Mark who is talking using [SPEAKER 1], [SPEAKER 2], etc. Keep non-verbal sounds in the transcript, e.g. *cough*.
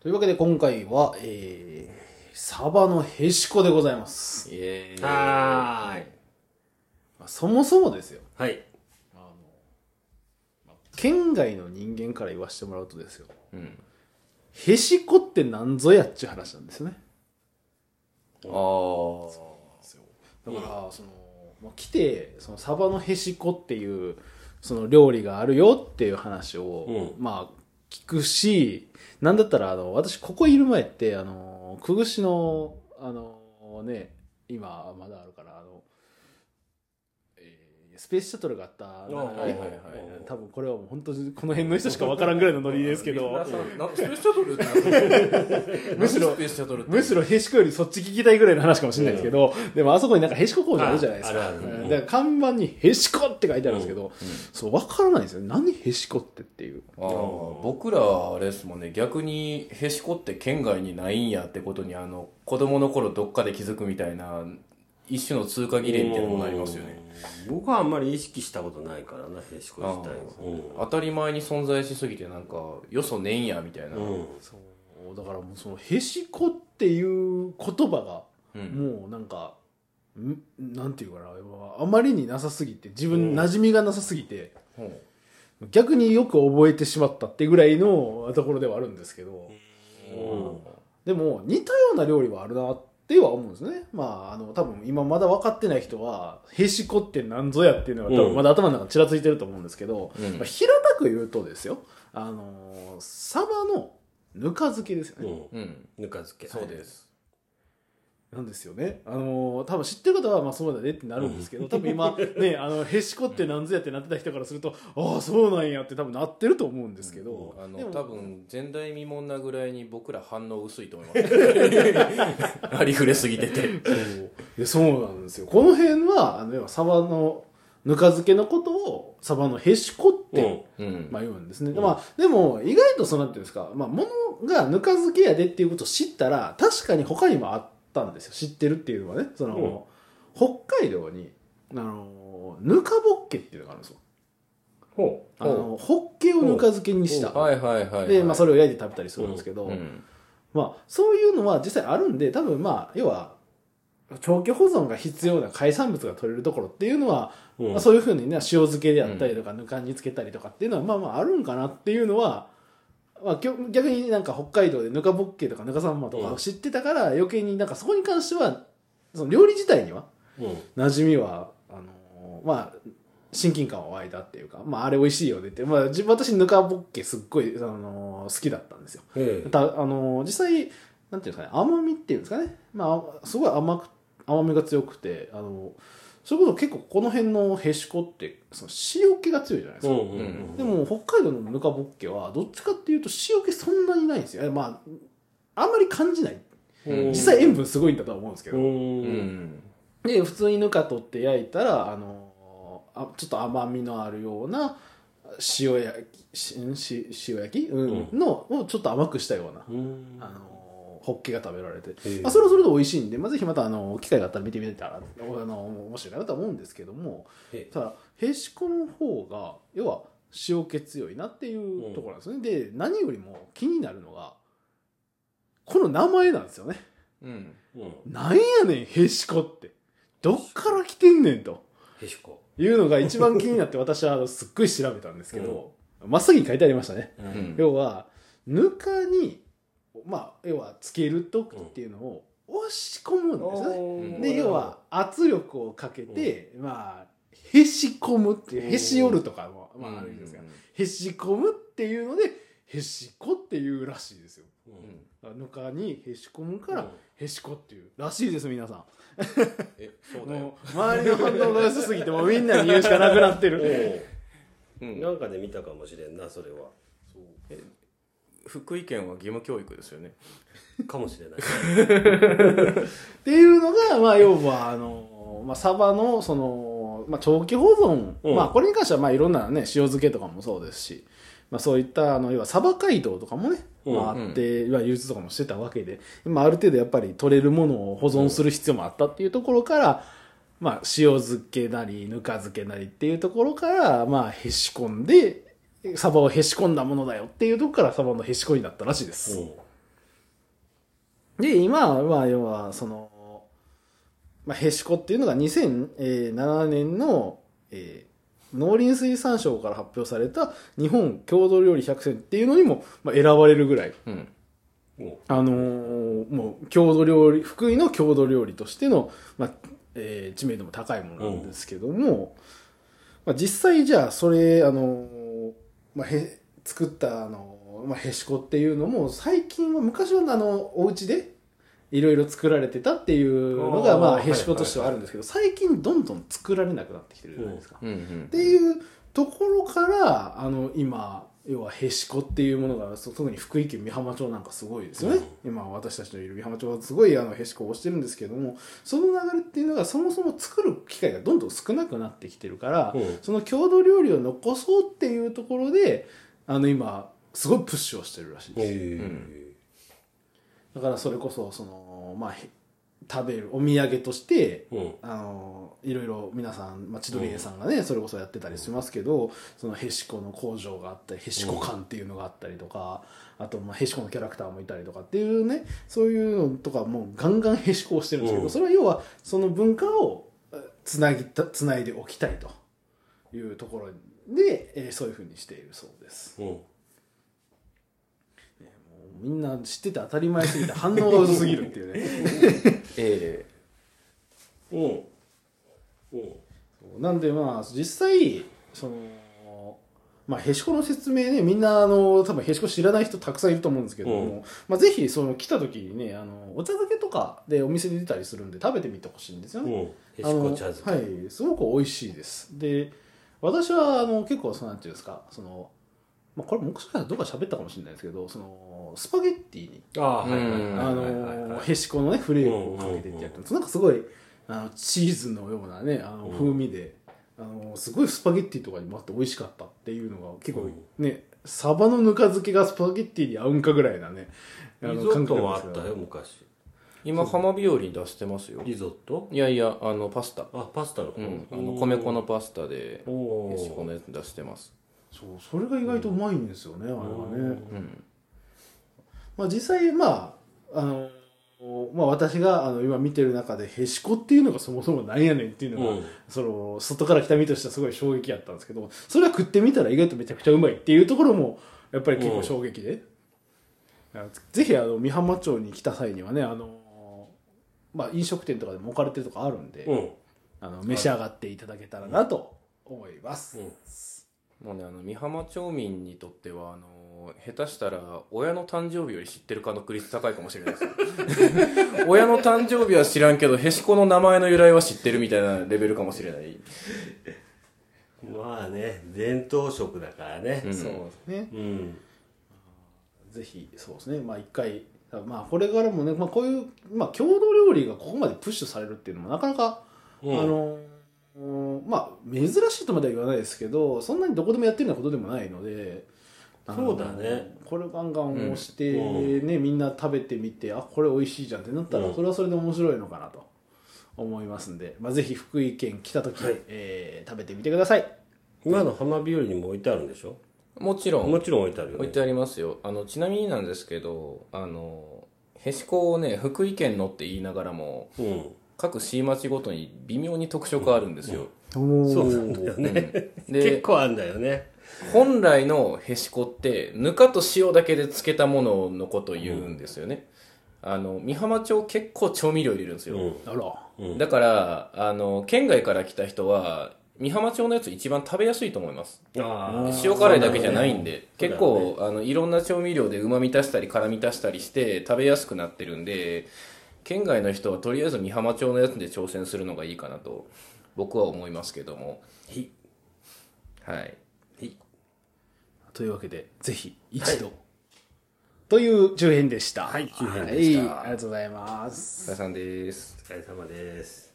[SPEAKER 1] というわけで今回は、えー、サバのへしこでございます。
[SPEAKER 2] イエーイ
[SPEAKER 3] はーい。
[SPEAKER 1] まあそもそもですよ。
[SPEAKER 3] はい。
[SPEAKER 1] あの、まあ県外の人間から言わせてもらうとですよ。
[SPEAKER 2] うん
[SPEAKER 1] へしこって何ぞやっちゅう話なんですね。
[SPEAKER 2] あ
[SPEAKER 1] だ
[SPEAKER 2] あ
[SPEAKER 1] から、その、まあ来て、そのサバのへしこっていう、その料理があるよっていう話を、
[SPEAKER 3] う
[SPEAKER 1] まあ、聞くし、なんだったら、あの、私、ここいる前って、あの、くぐしの、あの、ね、今、まだあるから、あの、えースペースシャトルがあった、
[SPEAKER 2] はいはいはい
[SPEAKER 1] 多分これはもう本当にこの辺の人しかわからんぐらいのノリですけど、
[SPEAKER 2] ななスペースシャトルってなむしろスペースシャトルって
[SPEAKER 1] むしろへしこよりそっち聞きたいぐらいの話かもしれないですけど、でもあそこになんかへしこ工場あるじゃないですか。
[SPEAKER 3] ああるある
[SPEAKER 1] うんだから看板にへしこって書いてあるんですけど、そう、わからないんですよ。何へしこってっていう。
[SPEAKER 2] あー僕らあれですもんね逆にへしこって県外にないんやってことにあの子供の頃どっかで気づくみたいな一種の通過儀礼みたいなのがありますよね
[SPEAKER 3] うん。僕はあんまり意識したことないからな、へしこ自体は。
[SPEAKER 2] 当たり前に存在しすぎてなんかよそねんやみたいな、
[SPEAKER 3] うん。うん。
[SPEAKER 1] そう、だからもうそのへしこっていう言葉
[SPEAKER 2] う
[SPEAKER 1] が、
[SPEAKER 2] ん
[SPEAKER 1] もうなんか、んなんていうかな、あまりになさすぎて、自分馴染みがなさすぎて、
[SPEAKER 2] ほう
[SPEAKER 1] 逆によく覚えてしまったってぐらいのところではあるんですけど、でも似たような料理はあるなっては思うんですね。まあ、あの、多分今まだ分かってない人は、へしこってなんぞやっていうのが多
[SPEAKER 3] う
[SPEAKER 1] 分
[SPEAKER 3] ん
[SPEAKER 1] まだ頭の中にちらついてると思うんですけど、
[SPEAKER 2] うん
[SPEAKER 1] まあ、平たく言うとですよ、あのーサバのぬか漬けですよ
[SPEAKER 3] う
[SPEAKER 1] ね。
[SPEAKER 3] ん。
[SPEAKER 2] うん
[SPEAKER 3] ぬか漬け。
[SPEAKER 2] そうです
[SPEAKER 1] なんですよね。あのー多分知ってる方は、まあそうだねってなるんですけど、多分今、ね、あの、へしこってなんぞやってなってた人からすると、ああ、そうなんやって多分なってると思うんですけど、
[SPEAKER 2] あの
[SPEAKER 1] でも
[SPEAKER 2] 多分前代未聞なぐらいに僕ら反応薄いと思います
[SPEAKER 1] *laughs*
[SPEAKER 2] ありふれすぎてて
[SPEAKER 1] そうでそうなんですよこの辺はあの要はサバのぬか漬けのことをサバのへしこっ
[SPEAKER 3] う
[SPEAKER 1] て、
[SPEAKER 3] ん。
[SPEAKER 2] うん
[SPEAKER 1] まあ、言うんですね、
[SPEAKER 3] うん
[SPEAKER 1] まあ、でも意外とそうなんていうんですか、まあ、物がぬか漬けやでっていうことを知ったら確かに他にもあったんですよ知ってるっていうのはねその、北海道にあのぬかぼっけっていうのがあるんですよ
[SPEAKER 3] ほ
[SPEAKER 1] あのホッケをぬか漬けにした、
[SPEAKER 2] はいはいはい、はい、
[SPEAKER 1] でまあ、それを焼いて食べたりするんですけど、
[SPEAKER 2] うん
[SPEAKER 1] まあ、そういうのは実際あるんで、多分まあ、要は、長期保存が必要な海産物が取れるところっていうのは、
[SPEAKER 3] う。うん
[SPEAKER 1] まあ、そういうふうにね、塩漬けであったりとか、ぬかにつけたりとかっていうのは、まあまああるんかなっていうのは、まあ、きょ逆になんか北海道でぬかぼっけとかぬかさんまとか
[SPEAKER 3] う
[SPEAKER 1] を
[SPEAKER 3] ん
[SPEAKER 1] 知ってたから、余計になんかそこに関しては、その料理自体には、
[SPEAKER 3] うん。
[SPEAKER 1] 馴染みは、あのーまあ、親近感は湧いたっていうか、まああれ美味しいよねって、まあ自分私ぬかぼっけすっごい、あのー好きだったんですよ。
[SPEAKER 3] ええ。
[SPEAKER 1] たあの実際なんていうんですかね甘みっていうんですかね、まあ、すごい甘く甘みが強くてあのそれこそ結構この辺のへしこってその塩気が強いじゃないです
[SPEAKER 3] う
[SPEAKER 1] か、
[SPEAKER 3] んうんうん。
[SPEAKER 1] で、も北海道のぬかぼっけはどっちかっていうと塩気そんなにないんですよいやまああんまり感じない実際塩分すごいんだとは思うんですけ
[SPEAKER 3] う。
[SPEAKER 1] ど、
[SPEAKER 2] うんん
[SPEAKER 1] で普通にぬか取って焼いたらあのあちょっと甘みのあるような塩焼きしし塩焼き、うん
[SPEAKER 3] う
[SPEAKER 1] のをちょっと甘くしたような
[SPEAKER 3] うん。
[SPEAKER 1] あのホッケが食べられて、
[SPEAKER 3] ええ
[SPEAKER 1] まあ、それはそれで美味しいんで、まあ、ぜひまたあの機会があったら見てみたらあの面白いかなとは思うんですけども
[SPEAKER 3] ええ
[SPEAKER 1] ただへしこの方が要は塩気強いなっていうところなんですよね、で何よりも気になるのがこの名前なんですよね
[SPEAKER 2] うん
[SPEAKER 3] うん。
[SPEAKER 1] なんやねんへしこってどっから来てんねんと
[SPEAKER 3] へしこ。
[SPEAKER 1] いうのが一番気になって私はあのすっごい調べたんですけど、真っ先に書いてありましたね
[SPEAKER 3] う
[SPEAKER 2] うん
[SPEAKER 1] 要はぬかにまあ要はつける時っていうのを押し込むんですよね、
[SPEAKER 2] ん
[SPEAKER 1] で要は圧力をかけて、まあへし込むっていうへし折るとかも、まあ、あるんですが、へし込むっていうのでへしこっていうらしいですよ
[SPEAKER 3] う、
[SPEAKER 2] うんん
[SPEAKER 1] だからぬかにへし込むか
[SPEAKER 3] う
[SPEAKER 1] ら
[SPEAKER 3] ん
[SPEAKER 1] へしこっていうらしいです皆さん
[SPEAKER 2] えそうだよ
[SPEAKER 1] もう周りの反応が良すぎてもうみんなに言うしかなくなって
[SPEAKER 3] お
[SPEAKER 1] る
[SPEAKER 3] う
[SPEAKER 2] うん
[SPEAKER 3] なんかで見たかもしれんなそれは
[SPEAKER 2] 福井県は義務教育ですよね
[SPEAKER 3] かもしれない *laughs*
[SPEAKER 1] っていうのが、まあ、要は、あの、まあ、サバの、その、まあ、長期保存。
[SPEAKER 3] うん
[SPEAKER 1] まあ、これに関しては、まあ、いろんなね、塩漬けとかもそうですし、まあ、そういった、あの、要は、サバ街道とかもね、
[SPEAKER 3] うん
[SPEAKER 1] まあ、あって、まあ、流通とかもしてたわけで、まあ、ある程度、やっぱり、取れるものを保存する必要もあったっていうところから、まあ、塩漬けなり、ぬか漬けなりっていうところから、まあ、へし込んで、サバをへし込んだものだよっていうところから、サバのへしこになったらしいです。
[SPEAKER 3] う
[SPEAKER 1] で、今は、まあ、要は、その、まあ、へしこっていうのが2007年の、えー農林水産省から発表された日本郷土料理100選っていうのにも、まあ、選ばれるぐらい、
[SPEAKER 2] うん。
[SPEAKER 3] も
[SPEAKER 1] あのーもう、郷土料理、福井の郷土料理としての、まあ、えー知名度も高いものなんですけども、まあ、実際じゃあ、それ、あのーまあ、へ、作った、あのーまあ、へしこっていうのも、最近は、昔は、あの、お家で、いろいろ作られてたっていうのが、
[SPEAKER 3] あー
[SPEAKER 1] まあ、
[SPEAKER 3] はい
[SPEAKER 1] へしことしてはあるんですけど、最近どんどん作られなくなってきてるじゃないですか。
[SPEAKER 2] うんうん
[SPEAKER 1] っていうところからあの今要はへしこっていうものがそう特に福井県美浜町なんかすごいですよね、今私たちのいる美浜町はすごいあのへしこを推してるんですけどもその流れっていうのがそもそも作る機会がどんどん少なくなってきてるから、
[SPEAKER 3] うん
[SPEAKER 1] その郷土料理を残そうっていうところであの今すごいプッシュをしてるらしいです。
[SPEAKER 3] う、え
[SPEAKER 1] だからそれこそそのまあへ食べるお土産として
[SPEAKER 3] えうん
[SPEAKER 1] あのいろいろ皆さん、まあ、千鳥園さんがね、それこそやってたりしますけど、そのへしこの工場があったりへしこ館っていうのがあったりとか、あとまあへしこのキャラクターもいたりとかっていうねそういうのとかもうガンガンへしこをしてるんですけど、
[SPEAKER 3] うん
[SPEAKER 1] それは要はその文化をえつなぎたつないでおきたいというところで、えーそういうふうにしているそうです。
[SPEAKER 3] うん
[SPEAKER 1] みんな知ってて当たり前すぎて反応が薄すぎるっていうね。
[SPEAKER 2] え
[SPEAKER 3] うんうん
[SPEAKER 1] なんでまあ実際そのまあへしこの説明ねみんなあの多分へしこ知らない人たくさんいると思うんですけども、
[SPEAKER 3] うん
[SPEAKER 1] まあぜひその来た時にねあのお茶漬けとかでお店で出たりするんで食べてみてほしいんですよ
[SPEAKER 3] うん
[SPEAKER 1] ね。
[SPEAKER 3] へし
[SPEAKER 1] あの
[SPEAKER 3] こ茶漬け
[SPEAKER 1] はいすごく美味しいです。で私はあの結構そのなんていうんですかそのまあこれもしかしたらどっかで喋ったかもしれないですけどそのスパゲッティに
[SPEAKER 3] ああはいはいはい
[SPEAKER 1] あ
[SPEAKER 3] はいはいはい
[SPEAKER 1] のへしこのねフレークをかけてってやってますなんかすごいあのチーズのようなねあの
[SPEAKER 3] うん
[SPEAKER 1] 風味で、あのすごいスパゲッティとかにもあって美味しかったっていうのが結構ね、サバのぬか漬けがスパゲッティに合うんかぐらいなねあ
[SPEAKER 3] リ
[SPEAKER 1] の
[SPEAKER 3] ゾットはあ
[SPEAKER 1] 感
[SPEAKER 3] っ
[SPEAKER 1] 覚な
[SPEAKER 3] た
[SPEAKER 1] ん
[SPEAKER 3] よ
[SPEAKER 1] です
[SPEAKER 3] 昔
[SPEAKER 2] 今浜日和に出してますよ
[SPEAKER 3] リゾット
[SPEAKER 2] いやいやあのパスタ
[SPEAKER 3] あパスタの
[SPEAKER 2] うんあの米粉のパスタで
[SPEAKER 3] お
[SPEAKER 2] へ
[SPEAKER 3] ー
[SPEAKER 2] しこのやつ出してます
[SPEAKER 1] けどそうそれが意外とうまいんですよね、あれはね、
[SPEAKER 2] うん
[SPEAKER 1] まあ、実際まああのまあ、私があの今見てる中でへしこっていうのがそもそもなんやねんっていうのが、
[SPEAKER 3] うん
[SPEAKER 1] その外から来た身としてはすごい衝撃やったんですけどそれは食ってみたら意外とめちゃくちゃうまいっていうところもやっぱり結構衝撃で、あぜひあの美浜町に来た際にはねあの、まあ、飲食店とかでも置かれてるとかあるんで、
[SPEAKER 3] うん
[SPEAKER 1] あの召し上がっていただけたらなと思います、
[SPEAKER 3] うん
[SPEAKER 2] もうねあの美浜町民にとってはあの下手したら親の誕生日より知ってる確率高いかもしれないですよ親の誕生日は知らんけどへしこの名前の由来は知ってるみたいなレベルかもしれない
[SPEAKER 3] まあね伝統食だからね
[SPEAKER 2] うん
[SPEAKER 1] そうですね
[SPEAKER 3] うん
[SPEAKER 1] ぜひそうですねまあ一回まあこれからもね、まあ、こういう、まあ、郷土料理がここまでプッシュされるっていうのもなかなか、
[SPEAKER 3] うん
[SPEAKER 1] あのうんまあ珍しいとまでは言わないですけどそんなにどこでもやってるようなことでもないのであの
[SPEAKER 3] そうだね
[SPEAKER 1] これガンガン押して、
[SPEAKER 3] う
[SPEAKER 1] ねみんな食べてみてあこれ美味しいじゃんってなった
[SPEAKER 3] う
[SPEAKER 1] ら
[SPEAKER 3] ん
[SPEAKER 1] それはそれで面白いのかなと思いますんで、まあ、ぜひ福井県来た時、
[SPEAKER 3] はい
[SPEAKER 1] えー食べてみてください
[SPEAKER 3] 今の浜日和にも置いてあるんでしょ
[SPEAKER 2] もちろん
[SPEAKER 3] もちろん置いてあるよ
[SPEAKER 2] 置い
[SPEAKER 3] ね
[SPEAKER 2] てありますよあのちなみになんですけどあのへしこをね福井県のって言いながらも
[SPEAKER 3] うん
[SPEAKER 2] 各 C 町ごとに微妙に特色あるんですよ、
[SPEAKER 3] そうなんだよね
[SPEAKER 2] うんで
[SPEAKER 3] 結構あるんだよね
[SPEAKER 2] 本来のへしこってぬかと塩だけで漬けたもののことを言うんですよね、あの美浜町結構調味料入れるんです
[SPEAKER 3] う
[SPEAKER 2] よ、
[SPEAKER 3] ん
[SPEAKER 1] あら
[SPEAKER 3] うん
[SPEAKER 2] だからあの県外から来た人は美浜町のやつ一番食べやすいと思います
[SPEAKER 3] あー
[SPEAKER 2] 塩辛いだけじゃないんで、
[SPEAKER 3] そうだ
[SPEAKER 2] 結
[SPEAKER 3] よね
[SPEAKER 2] 構、あのいろんな調味料でうまみ足したり辛み足したりして食べやすくなってるんで県外の人はとりあえず美浜町のやつで挑戦するのがいいかなと僕は思いますけども
[SPEAKER 3] ひ
[SPEAKER 2] はい
[SPEAKER 3] ひ
[SPEAKER 1] というわけで、ぜひ一度、という中編でした。はい
[SPEAKER 3] 中編でした
[SPEAKER 1] ありがとうございます。
[SPEAKER 2] 皆さんです
[SPEAKER 3] お疲れ様です